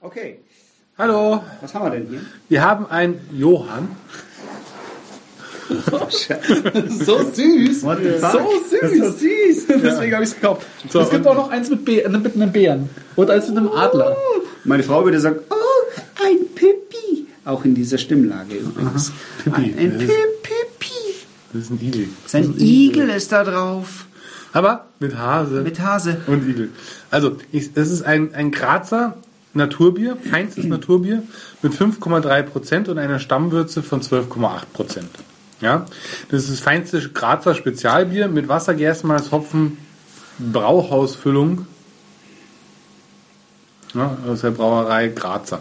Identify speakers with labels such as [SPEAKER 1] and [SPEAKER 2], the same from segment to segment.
[SPEAKER 1] Okay.
[SPEAKER 2] Hallo,
[SPEAKER 1] Was haben wir denn hier?
[SPEAKER 2] wir haben einen Johann.
[SPEAKER 1] So süß.
[SPEAKER 3] What the fuck?
[SPEAKER 1] So süß.
[SPEAKER 3] Das ist-
[SPEAKER 1] süß. Deswegen habe ich es gekauft.
[SPEAKER 2] So,
[SPEAKER 3] es gibt auch noch eins mit, Be
[SPEAKER 2] äh,
[SPEAKER 3] mit einem Bären und eins mit einem Adler.
[SPEAKER 1] Meine Frau würde sagen, oh, ein Pippi. Auch in dieser Stimmlage übrigens.
[SPEAKER 2] Pippi.
[SPEAKER 1] Ein
[SPEAKER 2] Das
[SPEAKER 1] Pippi.
[SPEAKER 2] ist- das ist ein Igel.
[SPEAKER 1] Sein Igel ist da drauf.
[SPEAKER 2] Aber mit Hase
[SPEAKER 1] Mit Hase.
[SPEAKER 2] und Igel. Also, ich, es ist ein, ein Grazer Naturbier, feinstes Naturbier mit 5,3 Prozent und einer Stammwürze von 12,8 Prozent. Ja, das ist das feinste Grazer Spezialbier mit Wasser, Gerstenmalz, Hopfen, Brauhausfüllung. Ja, aus der Brauerei Grazer.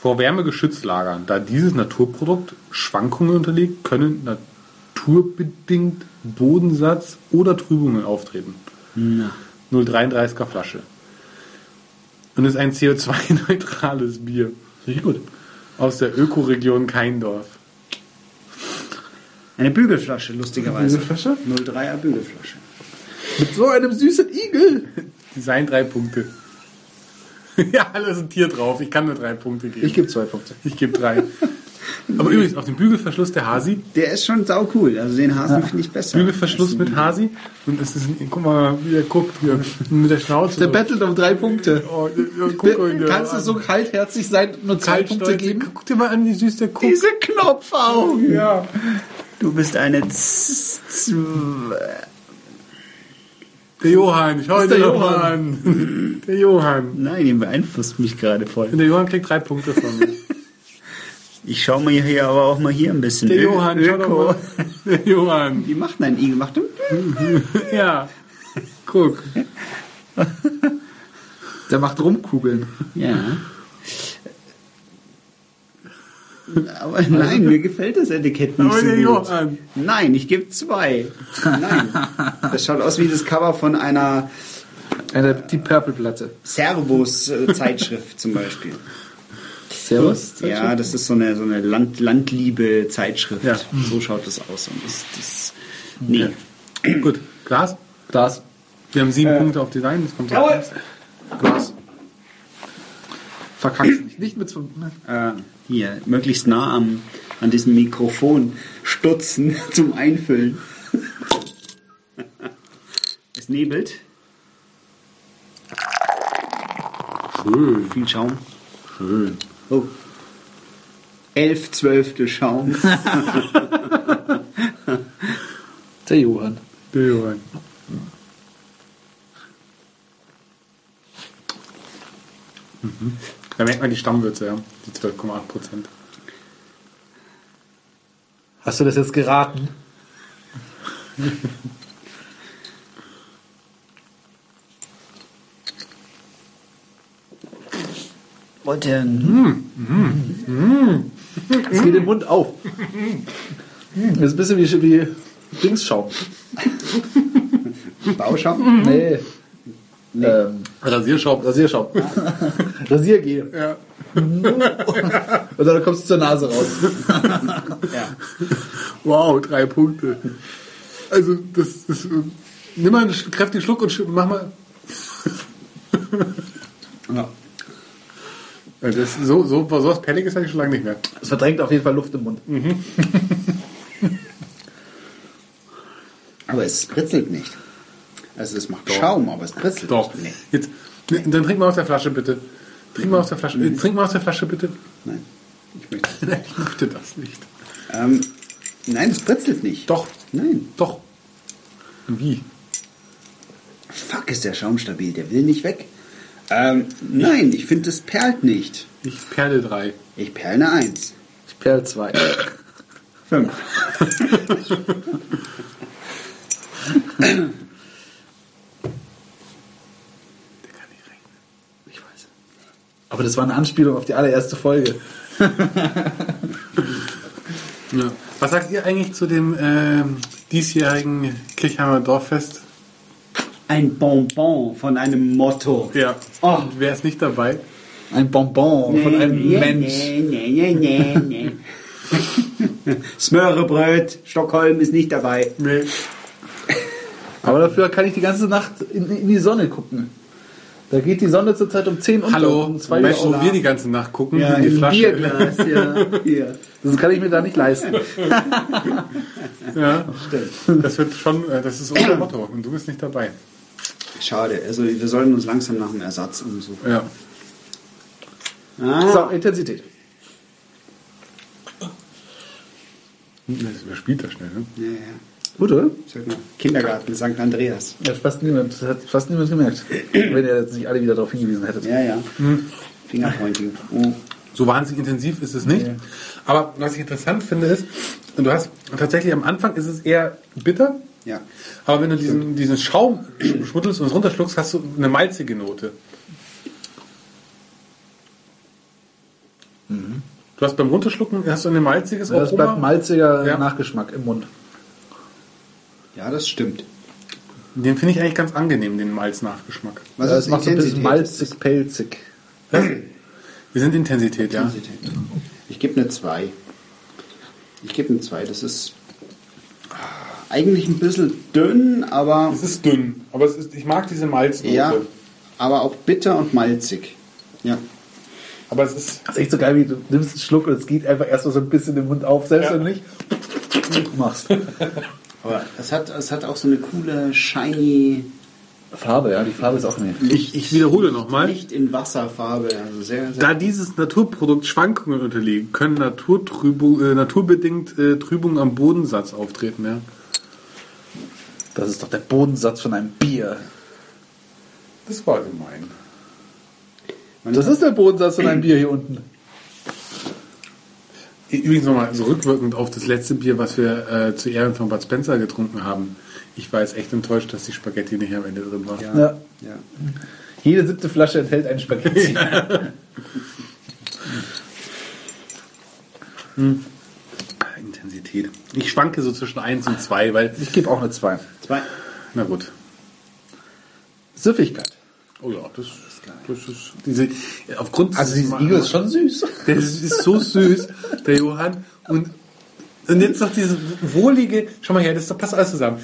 [SPEAKER 2] Vor Wärme geschützt lagern. Da dieses Naturprodukt Schwankungen unterliegt, können naturbedingt Bodensatz oder Trübungen auftreten. 0,33er Flasche. Und ist ein CO2-neutrales Bier.
[SPEAKER 3] Richtig gut.
[SPEAKER 2] Aus der Ökoregion Keindorf.
[SPEAKER 1] Eine Bügelflasche, lustigerweise.
[SPEAKER 3] Bügelflasche?
[SPEAKER 1] 03er Bügelflasche.
[SPEAKER 3] Mit so einem süßen Igel.
[SPEAKER 2] Design drei Punkte. ja, alles ein Tier drauf. Ich kann nur drei Punkte geben.
[SPEAKER 3] Ich gebe zwei Punkte.
[SPEAKER 2] Ich gebe drei. Aber übrigens, auf dem Bügelverschluss der Hasi.
[SPEAKER 1] Der ist schon sau cool. Also den Hasen finde ich besser.
[SPEAKER 2] Bügelverschluss mit Hasi. Und es ist ein, guck mal, wie er guckt hier. Mit der Schnauze.
[SPEAKER 3] Der bettelt um drei Punkte.
[SPEAKER 2] Oh, ja, guck mal,
[SPEAKER 3] Be-
[SPEAKER 2] ja.
[SPEAKER 3] Kannst du so kaltherzig sein und nur zwei
[SPEAKER 2] Kalt
[SPEAKER 3] Punkte
[SPEAKER 2] stolz.
[SPEAKER 3] geben?
[SPEAKER 2] Guck dir mal an, wie süß der guckt.
[SPEAKER 3] Diese Knopfaugen.
[SPEAKER 2] ja.
[SPEAKER 1] Du bist eine Z Z
[SPEAKER 2] Der Johann, schau dir
[SPEAKER 3] der
[SPEAKER 2] doch mal
[SPEAKER 3] Johann.
[SPEAKER 2] an. Der Johann.
[SPEAKER 1] Nein, den beeinflusst mich gerade voll.
[SPEAKER 2] Und der Johann kriegt drei Punkte von mir.
[SPEAKER 1] Ich schaue mir hier aber auch mal hier ein bisschen.
[SPEAKER 2] Der
[SPEAKER 1] Ö-
[SPEAKER 2] Johann, schau doch mal. Der Johann,
[SPEAKER 1] Wie macht denn ein Igel? Macht hm, er-
[SPEAKER 2] ja. Guck.
[SPEAKER 3] Der macht Rumkugeln.
[SPEAKER 1] Ja. Aber nein, mir gefällt das Etikett nicht
[SPEAKER 2] Aber der
[SPEAKER 1] so gut.
[SPEAKER 2] Johann.
[SPEAKER 1] Nein, ich gebe zwei. Nein. Das schaut aus wie das Cover von einer
[SPEAKER 3] Eine, die Purple-Platte.
[SPEAKER 1] Servus-Zeitschrift zum Beispiel.
[SPEAKER 3] Servus.
[SPEAKER 1] Ja, das ist so eine, so eine Land, Landliebe-Zeitschrift.
[SPEAKER 2] Ja.
[SPEAKER 1] So schaut das aus. Und das, das, nee.
[SPEAKER 2] Gut, Glas.
[SPEAKER 3] Glas. Äh.
[SPEAKER 2] Wir haben sieben Punkte auf Design. Das kommt
[SPEAKER 1] Jawohl.
[SPEAKER 2] raus.
[SPEAKER 3] Glas. Verkackst nicht. Nicht mit so.
[SPEAKER 1] Äh, hier, möglichst nah am, an diesem Mikrofon stutzen zum Einfüllen. es nebelt.
[SPEAKER 2] Schön,
[SPEAKER 1] Viel Schaum.
[SPEAKER 2] schön.
[SPEAKER 1] Oh. Elf Zwölfte Schaum.
[SPEAKER 3] Der Johann.
[SPEAKER 2] Der Johann. Mhm. Da merkt man die Stammwürze, ja. Die 12,8 Prozent.
[SPEAKER 3] Hast du das jetzt geraten?
[SPEAKER 1] Und dann
[SPEAKER 3] Es geht im Mund auf. Das ist ein bisschen wie, wie Dingsschaum.
[SPEAKER 2] Mhm.
[SPEAKER 1] Bauschaum.
[SPEAKER 3] Nee. Ähm,
[SPEAKER 2] Rasierschaub.
[SPEAKER 3] Rasierschaum. Rasiergel.
[SPEAKER 2] Ja.
[SPEAKER 3] Und dann kommst du zur Nase raus.
[SPEAKER 1] Ja.
[SPEAKER 2] Wow, drei Punkte. Also, das ist. äh, Nimm mal einen sch- kräftigen Schluck und sch- mach mal.
[SPEAKER 1] ja.
[SPEAKER 2] Ja, Äh, Das, so, so, so was Pelliges hatte ich schon lange nicht mehr.
[SPEAKER 3] Es verdrängt auf jeden Fall Luft im Mund.
[SPEAKER 1] Aber es pritzelt nicht. Also es macht Schaum, aber es pritzelt nicht. Nee.
[SPEAKER 2] Jetzt, ne, dann trink mal aus der Flasche bitte. Trink mal aus der Flasche. Äh, Trink mal aus der Flasche bitte.
[SPEAKER 1] Nein. Ich möchte.
[SPEAKER 2] Nein, ich möchte das nicht.
[SPEAKER 1] Ähm, nein, es pritzelt nicht.
[SPEAKER 2] Doch.
[SPEAKER 1] Nein.
[SPEAKER 2] Doch. Wie?
[SPEAKER 1] Fuck, ist der Schaum stabil. Der will nicht weg. Ähm, nein, ich finde, es perlt nicht.
[SPEAKER 2] Ich perle drei.
[SPEAKER 1] Ich perle eine Eins.
[SPEAKER 3] Ich perl zwei.
[SPEAKER 1] Fünf.
[SPEAKER 2] Der kann nicht rechnen.
[SPEAKER 3] Ich weiß. Aber das war eine Anspielung auf die allererste Folge.
[SPEAKER 2] Ja. Was sagt ihr eigentlich zu dem ähm, diesjährigen Kirchheimer Dorffest?
[SPEAKER 1] Ein Bonbon von einem Motto.
[SPEAKER 2] Ja.
[SPEAKER 1] Oh.
[SPEAKER 2] Und wer ist nicht dabei?
[SPEAKER 3] Ein Bonbon von einem
[SPEAKER 1] Nee,
[SPEAKER 3] Mensch.
[SPEAKER 1] Nee, nee, nee, nee, nee. Smörebröt, Stockholm ist nicht dabei.
[SPEAKER 2] Nee.
[SPEAKER 3] Aber dafür kann ich die ganze Nacht in, in die Sonne gucken. Da geht die Sonne zurzeit um 10 unter.
[SPEAKER 2] Hallo,
[SPEAKER 3] um zwei
[SPEAKER 2] weißt
[SPEAKER 3] Uhr.
[SPEAKER 2] du, wo wir die ganze Nacht gucken?
[SPEAKER 3] ja,
[SPEAKER 2] in die
[SPEAKER 3] im
[SPEAKER 2] Flasche.
[SPEAKER 3] Bierglas, ja. Hier. Das kann ich mir da nicht leisten.
[SPEAKER 2] Ja. Das wird schon, äh, das ist unser Motto. Und du bist nicht dabei.
[SPEAKER 1] Schade. Also wir sollten uns langsam nach einem Ersatz umsuchen.
[SPEAKER 2] Ja.
[SPEAKER 1] Ah,
[SPEAKER 3] So, Intensität.
[SPEAKER 2] Das überspielt er schnell, ne?
[SPEAKER 1] ja, ja.
[SPEAKER 3] Gut, oder?
[SPEAKER 1] Sag mal, Kindergarten, St. Andreas.
[SPEAKER 3] Hat fast niemand, hat fast niemand gemerkt. Wenn ihr jetzt nicht alle wieder darauf hingewiesen hättet.
[SPEAKER 1] Ja, ja.
[SPEAKER 3] Hm.
[SPEAKER 1] Fingerpointing. Oh.
[SPEAKER 2] So wahnsinnig intensiv ist es nicht. Aber was ich interessant finde ist, du hast tatsächlich am Anfang ist es eher bitter.
[SPEAKER 1] Ja.
[SPEAKER 2] Aber wenn du diesen, diesen Schaum sch- schmuddelst und es runterschluckst, hast du eine malzige Note. Mhm. Du hast beim Runterschlucken hast du ein malziges
[SPEAKER 3] Das bleibt malziger
[SPEAKER 2] Ja.
[SPEAKER 3] Nachgeschmack im Mund.
[SPEAKER 1] Ja, das stimmt.
[SPEAKER 2] Den finde ich eigentlich ganz angenehm, den Malznachgeschmack.
[SPEAKER 1] Was
[SPEAKER 3] das
[SPEAKER 1] ist
[SPEAKER 3] macht so ein bisschen
[SPEAKER 1] Intensität?
[SPEAKER 3] malzig, pelzig.
[SPEAKER 2] Wir sind Intensität, ja.
[SPEAKER 1] Intensität. Ich gebe eine 2. Ich gebe eine 2. Das ist ah, eigentlich ein bisschen dünn, aber
[SPEAKER 2] Es ist dünn, aber es ist, ich mag diese Malznote.
[SPEAKER 1] ja, aber auch bitter und malzig. Ja.
[SPEAKER 2] Aber es ist
[SPEAKER 3] Das ist echt so geil, wie du nimmst einen Schluck und es geht einfach erst mal so ein bisschen im Mund auf, selbst
[SPEAKER 2] Ja.
[SPEAKER 3] wenn du nicht machst.
[SPEAKER 1] Aber es hat, es hat auch so eine coole, shiny
[SPEAKER 3] Farbe, ja, die Farbe ist auch nicht.
[SPEAKER 2] Ich, ich wiederhole nochmal.
[SPEAKER 1] Licht in Wasserfarbe. Also sehr, sehr
[SPEAKER 2] Da dieses Naturprodukt Schwankungen unterliegen, können Naturtrübu, äh, naturbedingt äh, Trübungen am Bodensatz auftreten. Ja.
[SPEAKER 3] Das ist doch der Bodensatz von einem Bier.
[SPEAKER 2] Das war gemein.
[SPEAKER 3] Das ist der Bodensatz von einem Bier hier unten.
[SPEAKER 2] Übrigens nochmal so rückwirkend auf das letzte Bier, was wir äh, zu Ehren von Bud Spencer getrunken haben. Ich war jetzt echt enttäuscht, dass die Spaghetti nicht am Ende drin war.
[SPEAKER 1] ja.
[SPEAKER 3] Ja.
[SPEAKER 1] Ja.
[SPEAKER 3] Jede siebte Flasche enthält einen Spaghetti.
[SPEAKER 2] Intensität. Ich schwanke so zwischen 1 und 2, weil.
[SPEAKER 3] ich gebe auch eine 2.
[SPEAKER 1] Zwei.
[SPEAKER 2] Na gut.
[SPEAKER 3] Süffigkeit.
[SPEAKER 2] Oh ja, das, das ist. Diese, aufgrund
[SPEAKER 3] Also dieses
[SPEAKER 2] Ma-
[SPEAKER 3] Igel ist schon süß.
[SPEAKER 2] Der ist, ist so süß, der Johann. Und, und jetzt noch dieses wohlige, schau mal her, das passt alles zusammen.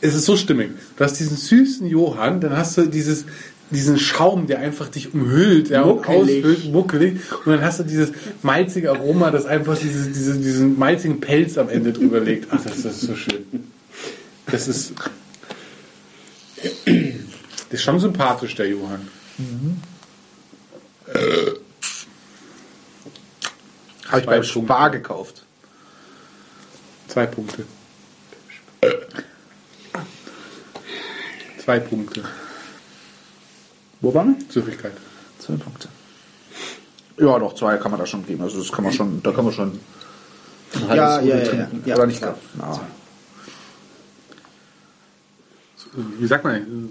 [SPEAKER 2] Es ist so stimmig. Du hast diesen süßen Johann, dann hast du dieses, diesen Schaum, der einfach dich umhüllt, ja, und
[SPEAKER 1] Muckelig.
[SPEAKER 2] ausfüllt, muckelig. Und dann hast du dieses malzige Aroma, das einfach dieses, dieses, diesen malzigen Pelz am Ende drüber legt. Ach, das, das ist so schön. Das ist. Das ist schon sympathisch, der Johann.
[SPEAKER 3] Habe ich
[SPEAKER 2] Zwei
[SPEAKER 3] beim
[SPEAKER 2] Punkte.
[SPEAKER 3] Spar gekauft.
[SPEAKER 2] Zwei Punkte. Zwei Punkte.
[SPEAKER 3] Wo waren wir?
[SPEAKER 2] Süffigkeit.
[SPEAKER 3] Zwei Punkte. Ja, doch, zwei kann man da schon geben. Also das kann man schon, da kann man schon ein
[SPEAKER 1] Ja,
[SPEAKER 3] halbes
[SPEAKER 1] ja,
[SPEAKER 3] Uhr
[SPEAKER 1] ja,
[SPEAKER 3] trinken.
[SPEAKER 1] ja, ja,
[SPEAKER 3] aber nicht Ah.
[SPEAKER 1] klar.
[SPEAKER 3] klar. Na,
[SPEAKER 2] Äh, Wie sagt man? eigentlich?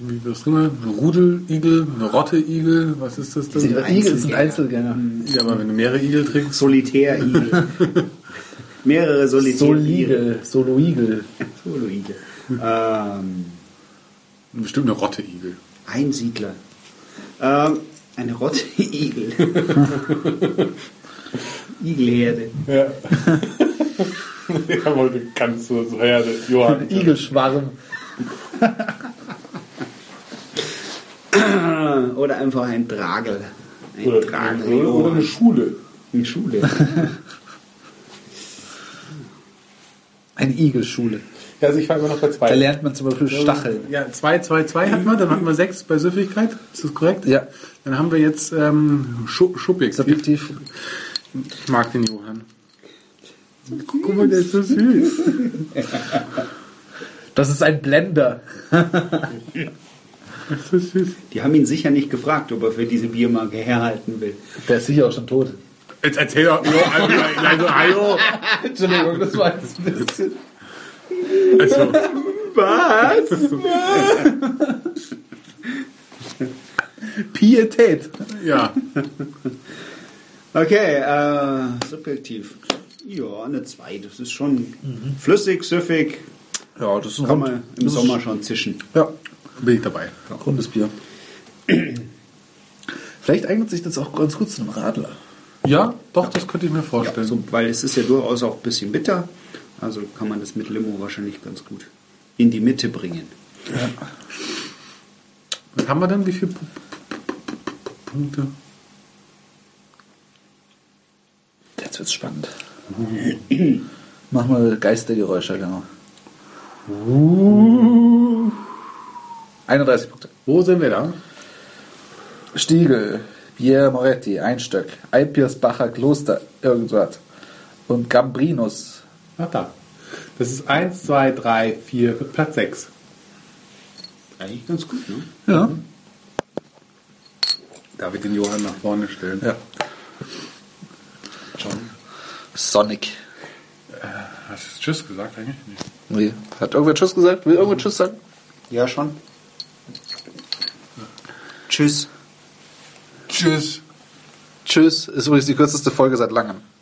[SPEAKER 2] Wie was drin? Ein Rudeligel, eine Rotteigel, was ist das denn?
[SPEAKER 3] Igel ist ein Einzelgänger.
[SPEAKER 2] Ja, aber wenn du mehrere Igel trinkst.
[SPEAKER 1] Solitärigel. Mehrere Solitärigel.
[SPEAKER 3] Solide, Soloigel.
[SPEAKER 1] Soloigel. Ähm,
[SPEAKER 2] Bestimmt eine Rotteigel.
[SPEAKER 1] Einsiedler. Ähm, eine rotte Igel. Igelherde.
[SPEAKER 2] Ja. Wir haben heute ganz so so Herde. Johann.
[SPEAKER 3] Igelschwarm.
[SPEAKER 1] Äh, Oder einfach ein Dragel. Ein Dragel. Johann.
[SPEAKER 2] Schule.
[SPEAKER 1] eine Schule.
[SPEAKER 3] Eine Igelschule.
[SPEAKER 2] Ja, also ich war immer noch bei
[SPEAKER 3] Da
[SPEAKER 2] zwei.
[SPEAKER 3] lernt man zum Beispiel Stacheln.
[SPEAKER 2] Ja, 2, 2, 2 hatten wir, dann hatten wir 6 bei Süffigkeit, ist das korrekt?
[SPEAKER 3] Ja.
[SPEAKER 2] Dann haben wir jetzt ähm, Schu Schuppig.
[SPEAKER 3] Subjektiv.
[SPEAKER 2] Ich mag den Johann. Guck mal, der ist so süß.
[SPEAKER 3] Das ist ein Blender.
[SPEAKER 2] Der ist so süß.
[SPEAKER 1] Die haben ihn sicher nicht gefragt, ob er für diese Biermarke herhalten will.
[SPEAKER 3] Der ist sicher auch schon tot.
[SPEAKER 2] Jetzt erzähl doch nur, also, hallo.
[SPEAKER 3] Entschuldigung, das war jetzt ein bisschen.
[SPEAKER 2] Also,
[SPEAKER 3] Pietät.
[SPEAKER 2] ja.
[SPEAKER 1] Okay, äh, subjektiv. Ja, eine 2. Das ist schon flüssig, süffig.
[SPEAKER 3] Ja, das ist ein
[SPEAKER 1] Kann
[SPEAKER 3] Rund.
[SPEAKER 1] man
[SPEAKER 3] das
[SPEAKER 1] im
[SPEAKER 3] ist-
[SPEAKER 1] Sommer schon zischen.
[SPEAKER 3] Ja,
[SPEAKER 2] Bin ich dabei.
[SPEAKER 3] rundes Bier. Vielleicht eignet sich das auch ganz gut zu einem Radler.
[SPEAKER 2] Ja, doch, das könnte ich mir vorstellen.
[SPEAKER 1] So, Also, weil es ist ja durchaus auch ein bisschen bitter. Also kann man das mit Limo wahrscheinlich ganz gut in die Mitte bringen.
[SPEAKER 2] Was haben wir denn? Wie viele Pu- Punkte?
[SPEAKER 3] Jetzt wird's spannend. Mach mal Geistergeräusche, genau. Uh. 31 Punkte.
[SPEAKER 2] Wo sind wir da?
[SPEAKER 3] Stiegel, Pierre Moretti, ein Stück. Alpiersbacher Kloster, irgendwas. Und Gambrinus.
[SPEAKER 2] Ach da. Das ist 1, 2, 3, 4, Platz 6.
[SPEAKER 1] Eigentlich ganz gut, ne?
[SPEAKER 3] Ja.
[SPEAKER 2] Darf ich den Johann nach vorne stellen?
[SPEAKER 3] ja. Sonic.
[SPEAKER 2] Hast du Tschüss gesagt eigentlich? Nee.
[SPEAKER 3] Nee. Hat irgendwer Tschüss gesagt? Will irgendwer Tschüss sagen?
[SPEAKER 1] Ja, schon. Tschüss.
[SPEAKER 2] Tschüss.
[SPEAKER 3] Tschüss ist übrigens die kürzeste Folge seit langem.